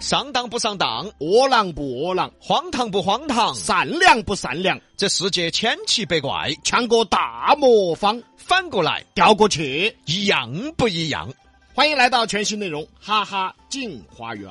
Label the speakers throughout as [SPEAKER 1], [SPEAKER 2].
[SPEAKER 1] 上当不上当，
[SPEAKER 2] 窝囊不窝囊，
[SPEAKER 1] 荒唐不荒唐，
[SPEAKER 2] 善良不善良，
[SPEAKER 1] 这世界千奇百怪，
[SPEAKER 2] 像个大魔方
[SPEAKER 1] 反过来
[SPEAKER 2] 调过去。
[SPEAKER 1] 一样不一样。
[SPEAKER 2] 欢迎来到全新内容，哈哈镜花园。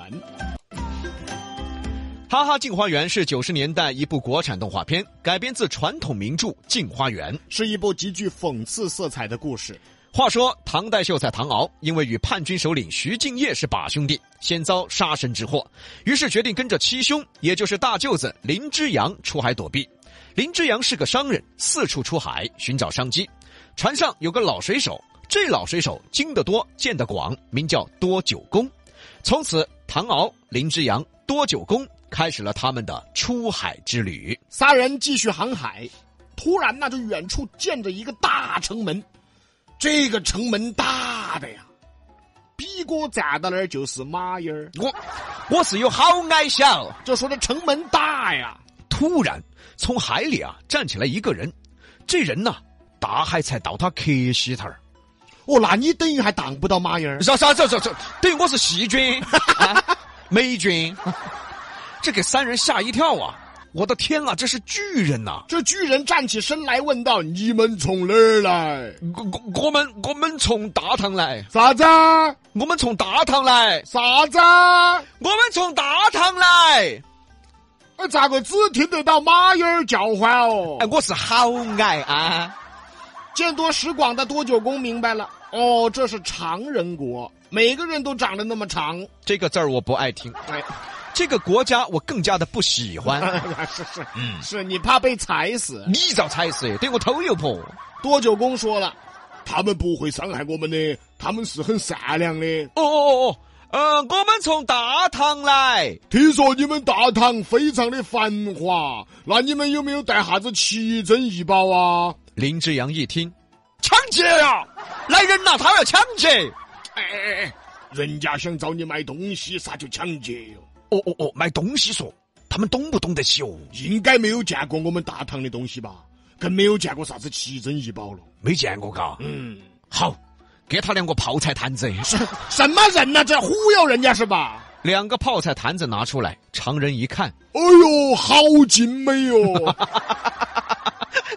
[SPEAKER 1] 哈哈，《镜花缘》是九十年代一部国产动画片，改编自传统名著《镜花缘》。
[SPEAKER 2] 是一部极具讽刺色彩的故事。
[SPEAKER 1] 话说唐代秀才唐敖，因为与叛军首领徐敬业是把兄弟，先遭杀身之祸，于是决定跟着七兄，也就是大舅子林之阳出海躲避。林之阳是个商人，四处出海寻找商机。船上有个老水手，这老水手经得多，见得广，名叫多九公。从此，唐敖、林之阳、多九公开始了他们的出海之旅。
[SPEAKER 2] 仨人继续航海，突然那就远处见着一个大城门，这个城门大的呀，逼哥站到那儿就是马眼儿。
[SPEAKER 1] 我，我是有好矮小。
[SPEAKER 2] 就说这城门大呀，
[SPEAKER 1] 突然，从海里啊站起来一个人，这人呐、大海才到他壳西头儿。
[SPEAKER 2] 哦，那你等于还挡不到马眼儿。
[SPEAKER 1] 啥啥这这这，等于我是细菌、啊霉菌。这给三人吓一跳啊！我的天啊，这是巨人呐、
[SPEAKER 2] 这巨人站起身来问道：“你们从哪儿来？
[SPEAKER 1] 我我我们我们从大唐来，
[SPEAKER 2] 啥子？
[SPEAKER 1] 我们从大唐来，
[SPEAKER 2] 啥子？
[SPEAKER 1] 我们从大唐来。
[SPEAKER 2] 哎，咋个只听得到马眼儿叫唤哦？”
[SPEAKER 1] 哎，我是好矮啊！
[SPEAKER 2] 见多识广的多久公明白了，哦，这是常人国，每个人都长得那么长。
[SPEAKER 1] 这个字儿我不爱听，
[SPEAKER 2] 哎，
[SPEAKER 1] 这个国家我更加的不喜欢。
[SPEAKER 2] 是是，
[SPEAKER 1] 嗯
[SPEAKER 2] 是你怕被踩死。
[SPEAKER 1] 你遭踩死，对我头又破。
[SPEAKER 2] 多久公说了，他们不会伤害我们的，他们是很善良的。
[SPEAKER 1] 哦哦哦哦，呃，我们从大唐来，
[SPEAKER 2] 听说你们大唐非常的繁华，那你们有没有带啥子奇珍异宝啊？
[SPEAKER 1] 林之阳一听，抢劫呀、来人呐、他要抢劫！
[SPEAKER 2] 哎哎哎，人家想找你买东西，啥就抢劫哟。
[SPEAKER 1] 哦哦哦，买东西说，他们懂不懂得起哦？
[SPEAKER 2] 应该没有见过我们大唐的东西吧？更没有见过啥子奇珍异宝了。
[SPEAKER 1] 没见过嘎。
[SPEAKER 2] 嗯。
[SPEAKER 1] 好，给他两个泡菜坛子。
[SPEAKER 2] 什什么人呐、这忽悠人家是吧？
[SPEAKER 1] 两个泡菜坛子拿出来，常人一看，
[SPEAKER 2] 哎呦，好精美哟！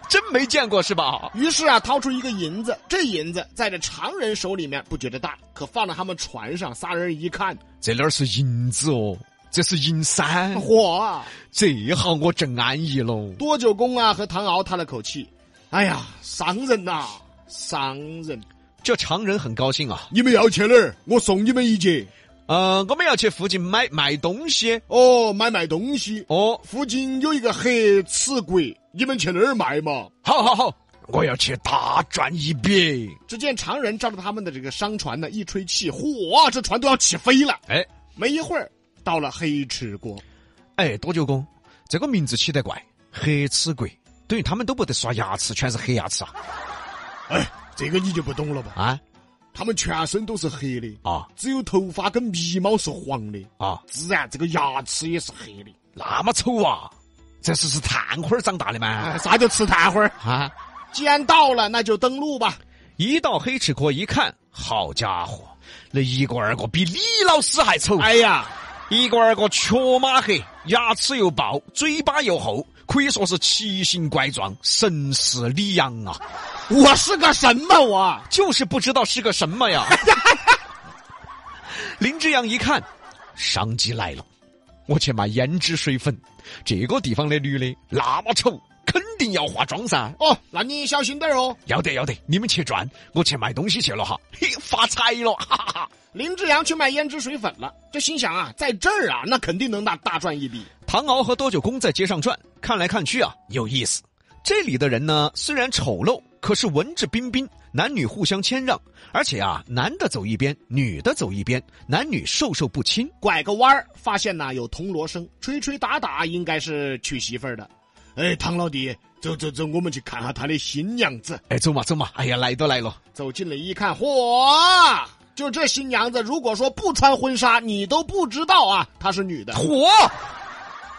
[SPEAKER 1] 真没见过是吧？
[SPEAKER 2] 于是啊，掏出一个银子，这银子在这常人手里面不觉得大，可放到他们船上，仨人一看，
[SPEAKER 1] 这哪儿是银子哦？这是银山，
[SPEAKER 2] 嚯啊！
[SPEAKER 1] 这下我正安逸喽。
[SPEAKER 2] 多久公啊和唐敖叹了口气，哎呀，商人呐、商人！
[SPEAKER 1] 这常人很高兴啊，
[SPEAKER 2] 你们要去哪儿？我送你们一节。
[SPEAKER 1] 呃，我们要去附近买买东西
[SPEAKER 2] 哦，买卖东西。
[SPEAKER 1] 哦。
[SPEAKER 2] 附近有一个黑瓷国，你们去那儿卖嘛。
[SPEAKER 1] 好好好，我要去大赚一笔。
[SPEAKER 2] 只见常人照着他们的这个商船呢，一吹气，嚯，这船都要起飞了。
[SPEAKER 1] 哎
[SPEAKER 2] 没一会儿，到了黑池国，
[SPEAKER 1] 哎，多久公，这个名字起得怪，黑齿鬼，等于他们都不得刷牙齿，全是黑牙齿啊
[SPEAKER 2] 哎，这个你就不懂了吧？
[SPEAKER 1] 啊
[SPEAKER 2] 他们全身都是黑的，
[SPEAKER 1] 啊
[SPEAKER 2] 只有头发跟眉毛是黄的，
[SPEAKER 1] 啊！
[SPEAKER 2] 自然这个牙齿也是黑的。
[SPEAKER 1] 那么丑啊！这是是炭火儿长大的吗？
[SPEAKER 2] 哎，啥叫吃炭花儿？
[SPEAKER 1] 啊！
[SPEAKER 2] 既然到了，那就登陆吧。
[SPEAKER 1] 一到黑齿国一看，好家伙，那一个二个比李老师还丑，
[SPEAKER 2] 哎呀，
[SPEAKER 1] 一个二个瘸马黑，牙齿又爆，嘴巴又厚，可以说是奇形怪状，神似李阳啊！
[SPEAKER 2] 我是个什么我？
[SPEAKER 1] 就是不知道是个什么呀。 林之阳一看，商机来了，我去买胭脂水粉。这个地方的女的那么丑，肯定要化妆噻。
[SPEAKER 2] 哦，那你小心点儿哦。
[SPEAKER 1] 要得要得，你们去赚，我去买东西去了哈，嘿，发财了，哈哈哈。
[SPEAKER 2] 林志扬去卖胭脂水粉了，这心想啊，在这儿啊，那肯定能大大赚一笔。
[SPEAKER 1] 唐敖和多九公在街上转，看来看去啊，有意思。这里的人呢，虽然丑陋，可是文质彬彬，男女互相谦让，而且啊，男的走一边，女的走一边，男女授受不亲。
[SPEAKER 2] 拐个弯儿，发现呐有铜锣声，吹吹打打，应该是娶媳妇儿的。哎，唐老弟，走走走，我们去看下他的新娘子。
[SPEAKER 1] 哎，走嘛走嘛，哎呀，来都来了，
[SPEAKER 2] 走近了一看，嚯！就这新娘子，如果说不穿婚纱，你都不知道啊，她是女的。
[SPEAKER 1] 嚯，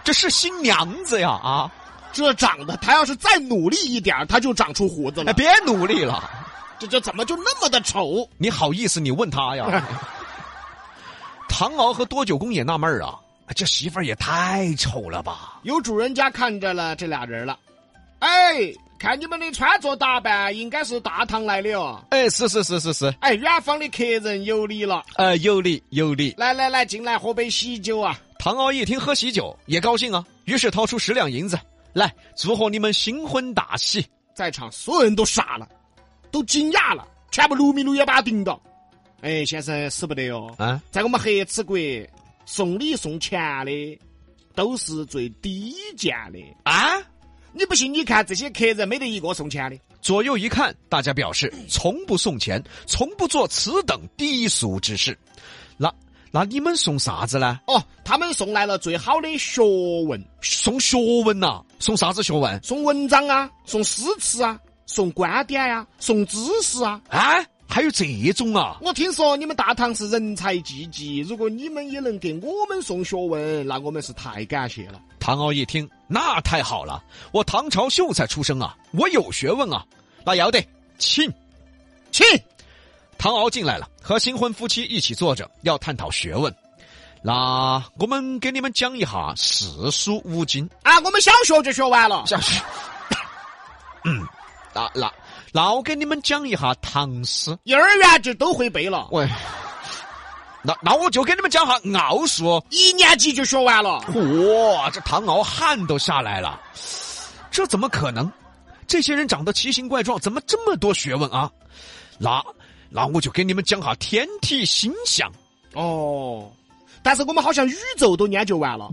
[SPEAKER 1] 这是新娘子呀啊！
[SPEAKER 2] 这长得，她要是再努力一点儿，她就长出胡子
[SPEAKER 1] 哎，
[SPEAKER 2] 了。
[SPEAKER 1] 别努力了，
[SPEAKER 2] 这这怎么就那么的丑？
[SPEAKER 1] 你好意思你问他呀？唐敖和多九公也纳闷儿啊，这媳妇儿也太丑了吧！
[SPEAKER 2] 有主人家看着了这俩人了，哎，看你们的穿着打扮，应该是大唐来的哦。
[SPEAKER 1] 哎，是是是是是，
[SPEAKER 2] 哎，远方的客人有礼了，
[SPEAKER 1] 呃，有理有理。
[SPEAKER 2] 来来来，进来喝杯喜酒啊！
[SPEAKER 1] 唐敖一听喝喜酒也高兴啊，于是掏出十两银子来祝贺你们新婚大喜。
[SPEAKER 2] 在场所有人都傻了，都惊讶了，全部六米六眼把他盯到。哎，先生使不得哦，
[SPEAKER 1] 啊，
[SPEAKER 2] 在我们黑子国，送礼送钱的都是最低贱的。
[SPEAKER 1] 啊！
[SPEAKER 2] 你不信？你看这些客人没得一个送钱的。
[SPEAKER 1] 左右一看，大家表示从不送钱，从不做此等低俗之事。那那你们送啥子呢？
[SPEAKER 2] 哦，他们送来了最好的学问，
[SPEAKER 1] 送学问呐、送啥子学问？
[SPEAKER 2] 送文章啊，送诗词啊，送观点呀、送知识啊。
[SPEAKER 1] 啊，还有这种啊？
[SPEAKER 2] 我听说你们大唐是人才济济，如果你们也能给我们送学问，那我们是太感谢了。
[SPEAKER 1] 唐敖一听，那太好了，我唐朝秀才出身啊，我有学问啊，那要得，请。
[SPEAKER 2] 请
[SPEAKER 1] 唐敖进来了，和新婚夫妻一起坐着，要探讨学问。那我们给你们讲一下四书五经。
[SPEAKER 2] 啊，我们小学就学完了。
[SPEAKER 1] 下去。 嗯，那那那我给你们讲一下唐诗。
[SPEAKER 2] 幼儿园就都会背了，
[SPEAKER 1] 喂，那那我就给你们讲下奥数。
[SPEAKER 2] 一年级就学完了。
[SPEAKER 1] 哇，这唐敖汗都下来了，这怎么可能？这些人长得奇形怪状，怎么这么多学问啊？那那我就给你们讲下天体星象。
[SPEAKER 2] 哦，但是我们好像宇宙都研究完了。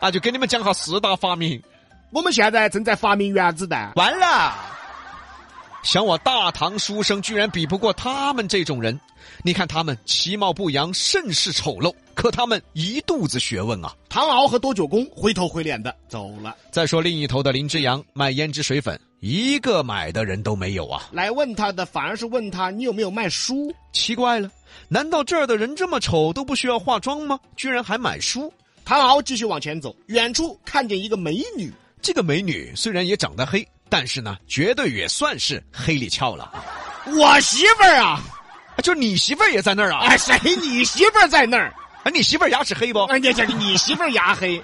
[SPEAKER 1] 啊，就给你们讲下四大发明。
[SPEAKER 2] 我们现在正在发明原子弹。
[SPEAKER 1] 完了！想我大唐书生居然比不过他们这种人，你看他们其貌不扬，甚是丑陋，可他们一肚子学问啊！
[SPEAKER 2] 唐敖和多九公灰头灰脸的走了。
[SPEAKER 1] 再说另一头的林之阳卖胭脂水粉，一个买的人都没有啊！
[SPEAKER 2] 来问他的反而是问他你有没有卖书。
[SPEAKER 1] 奇怪了，难道这儿的人这么丑都不需要化妆吗？居然还买书？
[SPEAKER 2] 唐敖继续往前走，远处看见一个美女，
[SPEAKER 1] 这个美女虽然也长得黑，但是呢，绝对也算是黑里翘了。啊
[SPEAKER 2] 我媳妇儿啊！
[SPEAKER 1] 就是你媳妇儿也在那儿啊！
[SPEAKER 2] 哎，谁？你媳妇儿在那儿？
[SPEAKER 1] 哎，你媳妇儿牙齿黑不？
[SPEAKER 2] 哎，你这个你媳妇儿牙黑。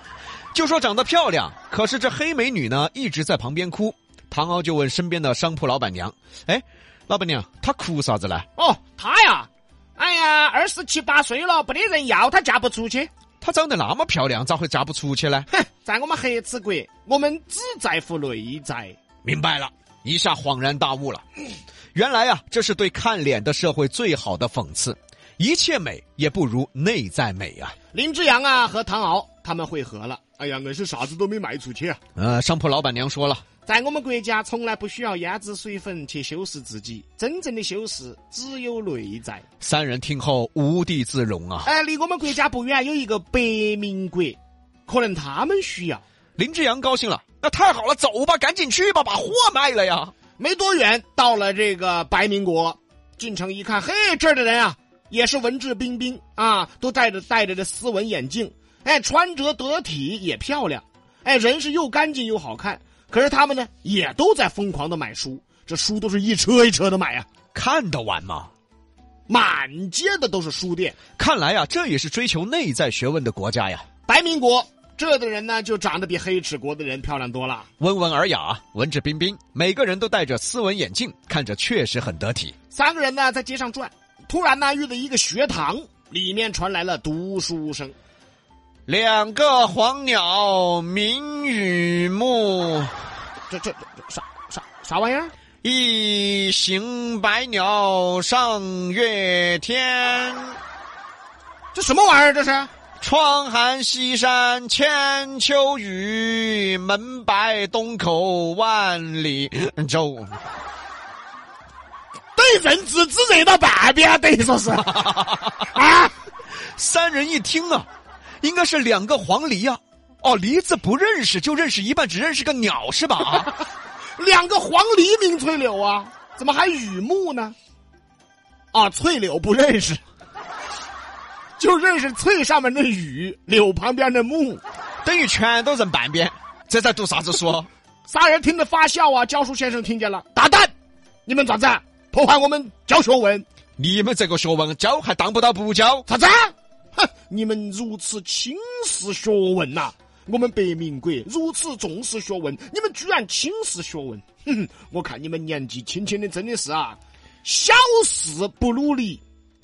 [SPEAKER 1] 就说长得漂亮，可是这黑美女呢一直在旁边哭。唐敖就问身边的商铺老板娘：“哎，老板娘，她哭啥子呢？
[SPEAKER 2] 哦，她呀，哎呀，二十七八岁了，没得人要，她嫁不出去。
[SPEAKER 1] 她长得那么漂亮，咋会嫁不出去呢
[SPEAKER 2] 哼，在我们黑子国，我们只在乎内在。？”
[SPEAKER 1] 明白了，一下恍然大悟了。原来啊，这是对看脸的社会最好的讽刺。一切美也不如内在美啊！
[SPEAKER 2] 林之阳啊和唐敖他们会合了。哎呀，我是啥子都没卖出去啊！
[SPEAKER 1] 呃，商铺老板娘说了，
[SPEAKER 2] 在我们国家，从来不需要胭脂水粉去修饰自己，真正的修饰只有内在。
[SPEAKER 1] 三人听后无地自容啊。
[SPEAKER 2] 哎，离我们国家不远有一个北冥国，可能他们需要。
[SPEAKER 1] 林之阳高兴了，那太好了，走吧，赶紧去吧，把货卖了呀！
[SPEAKER 2] 没多远到了这个白民国，进城一看，嘿，这儿的人啊，也是文质彬彬啊，都戴着戴着这斯文眼镜，哎，穿着得体也漂亮，哎，人是又干净又好看。可是他们呢，也都在疯狂的买书，这书都是一车一车的买呀、啊
[SPEAKER 1] 看得完吗？
[SPEAKER 2] 满街的都是书店。
[SPEAKER 1] 看来呀、这也是追求内在学问的国家呀，
[SPEAKER 2] 白民国这儿的人呢，就长得比黑齿国的人漂亮多了。
[SPEAKER 1] 温文尔雅，啊文质彬彬，每个人都戴着斯文眼镜，看着确实很得体。
[SPEAKER 2] 三个人呢在街上转，突然呢遇到一个学堂，里面传来了读书声。
[SPEAKER 1] 两个黄鸟鸣与木，
[SPEAKER 2] 这这这这啥啥啥玩意儿？
[SPEAKER 1] 一行白鸟上月天。
[SPEAKER 2] 这什么玩意儿？这是？
[SPEAKER 1] 窗含西山千秋雨，门白东口万里 舟。
[SPEAKER 2] 对人只只认到半边，等于说是啊！
[SPEAKER 1] 三人一听啊，应该是两个黄鹂呀、哦，鹂字不认识，就认识一半，只认识个鸟是吧？啊，
[SPEAKER 2] 两个黄鹂鸣翠柳啊，怎么还雨木呢？啊，翠柳不认识，就认识翠上面的雨，柳旁边的木。
[SPEAKER 1] 等于全都认半边，这在读啥子书？
[SPEAKER 2] 仨人听得发笑啊！教书先生听见了，打蛋！你们咋子破坏我们教学文？
[SPEAKER 1] 你们这个学问教还当不到不教？
[SPEAKER 2] 啥子？哼，你们如此轻视学问呐、我们北冥国如此重视学问，你们居然轻视学问！哼哼，我看你们年纪轻轻的，真的是啊，小事不努力，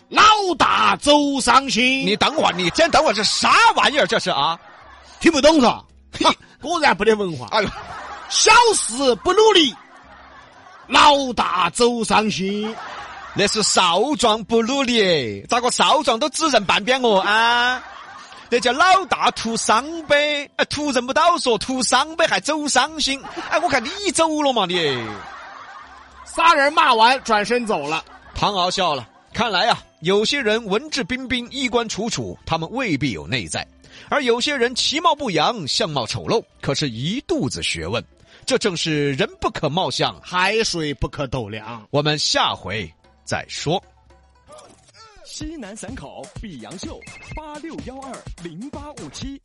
[SPEAKER 2] 老大走上心。
[SPEAKER 1] 你等会儿，你先等会儿，这啥玩意儿？这是啊？
[SPEAKER 2] 听不懂啊嗦？哈果然不得文化。
[SPEAKER 1] 哎呦，
[SPEAKER 2] 小事不努力，老大走上心。
[SPEAKER 1] 那是少壮不努力，咋个少壮都只认半边哦啊？那叫老大徒伤悲，哎，徒认不到说徒伤悲还走伤心。哎，我看你走了嘛你。
[SPEAKER 2] 仨人骂完，转身走了。
[SPEAKER 1] 唐敖笑了，看来啊，有些人文质彬彬、衣冠楚楚，他们未必有内在；而有些人其貌不扬、相貌丑陋，可是一肚子学问。这正是人不可貌相啊。
[SPEAKER 2] 海水不可斗量。
[SPEAKER 1] 我们下回再说。
[SPEAKER 3] 西南散口碧阳秀八六幺二零八五七，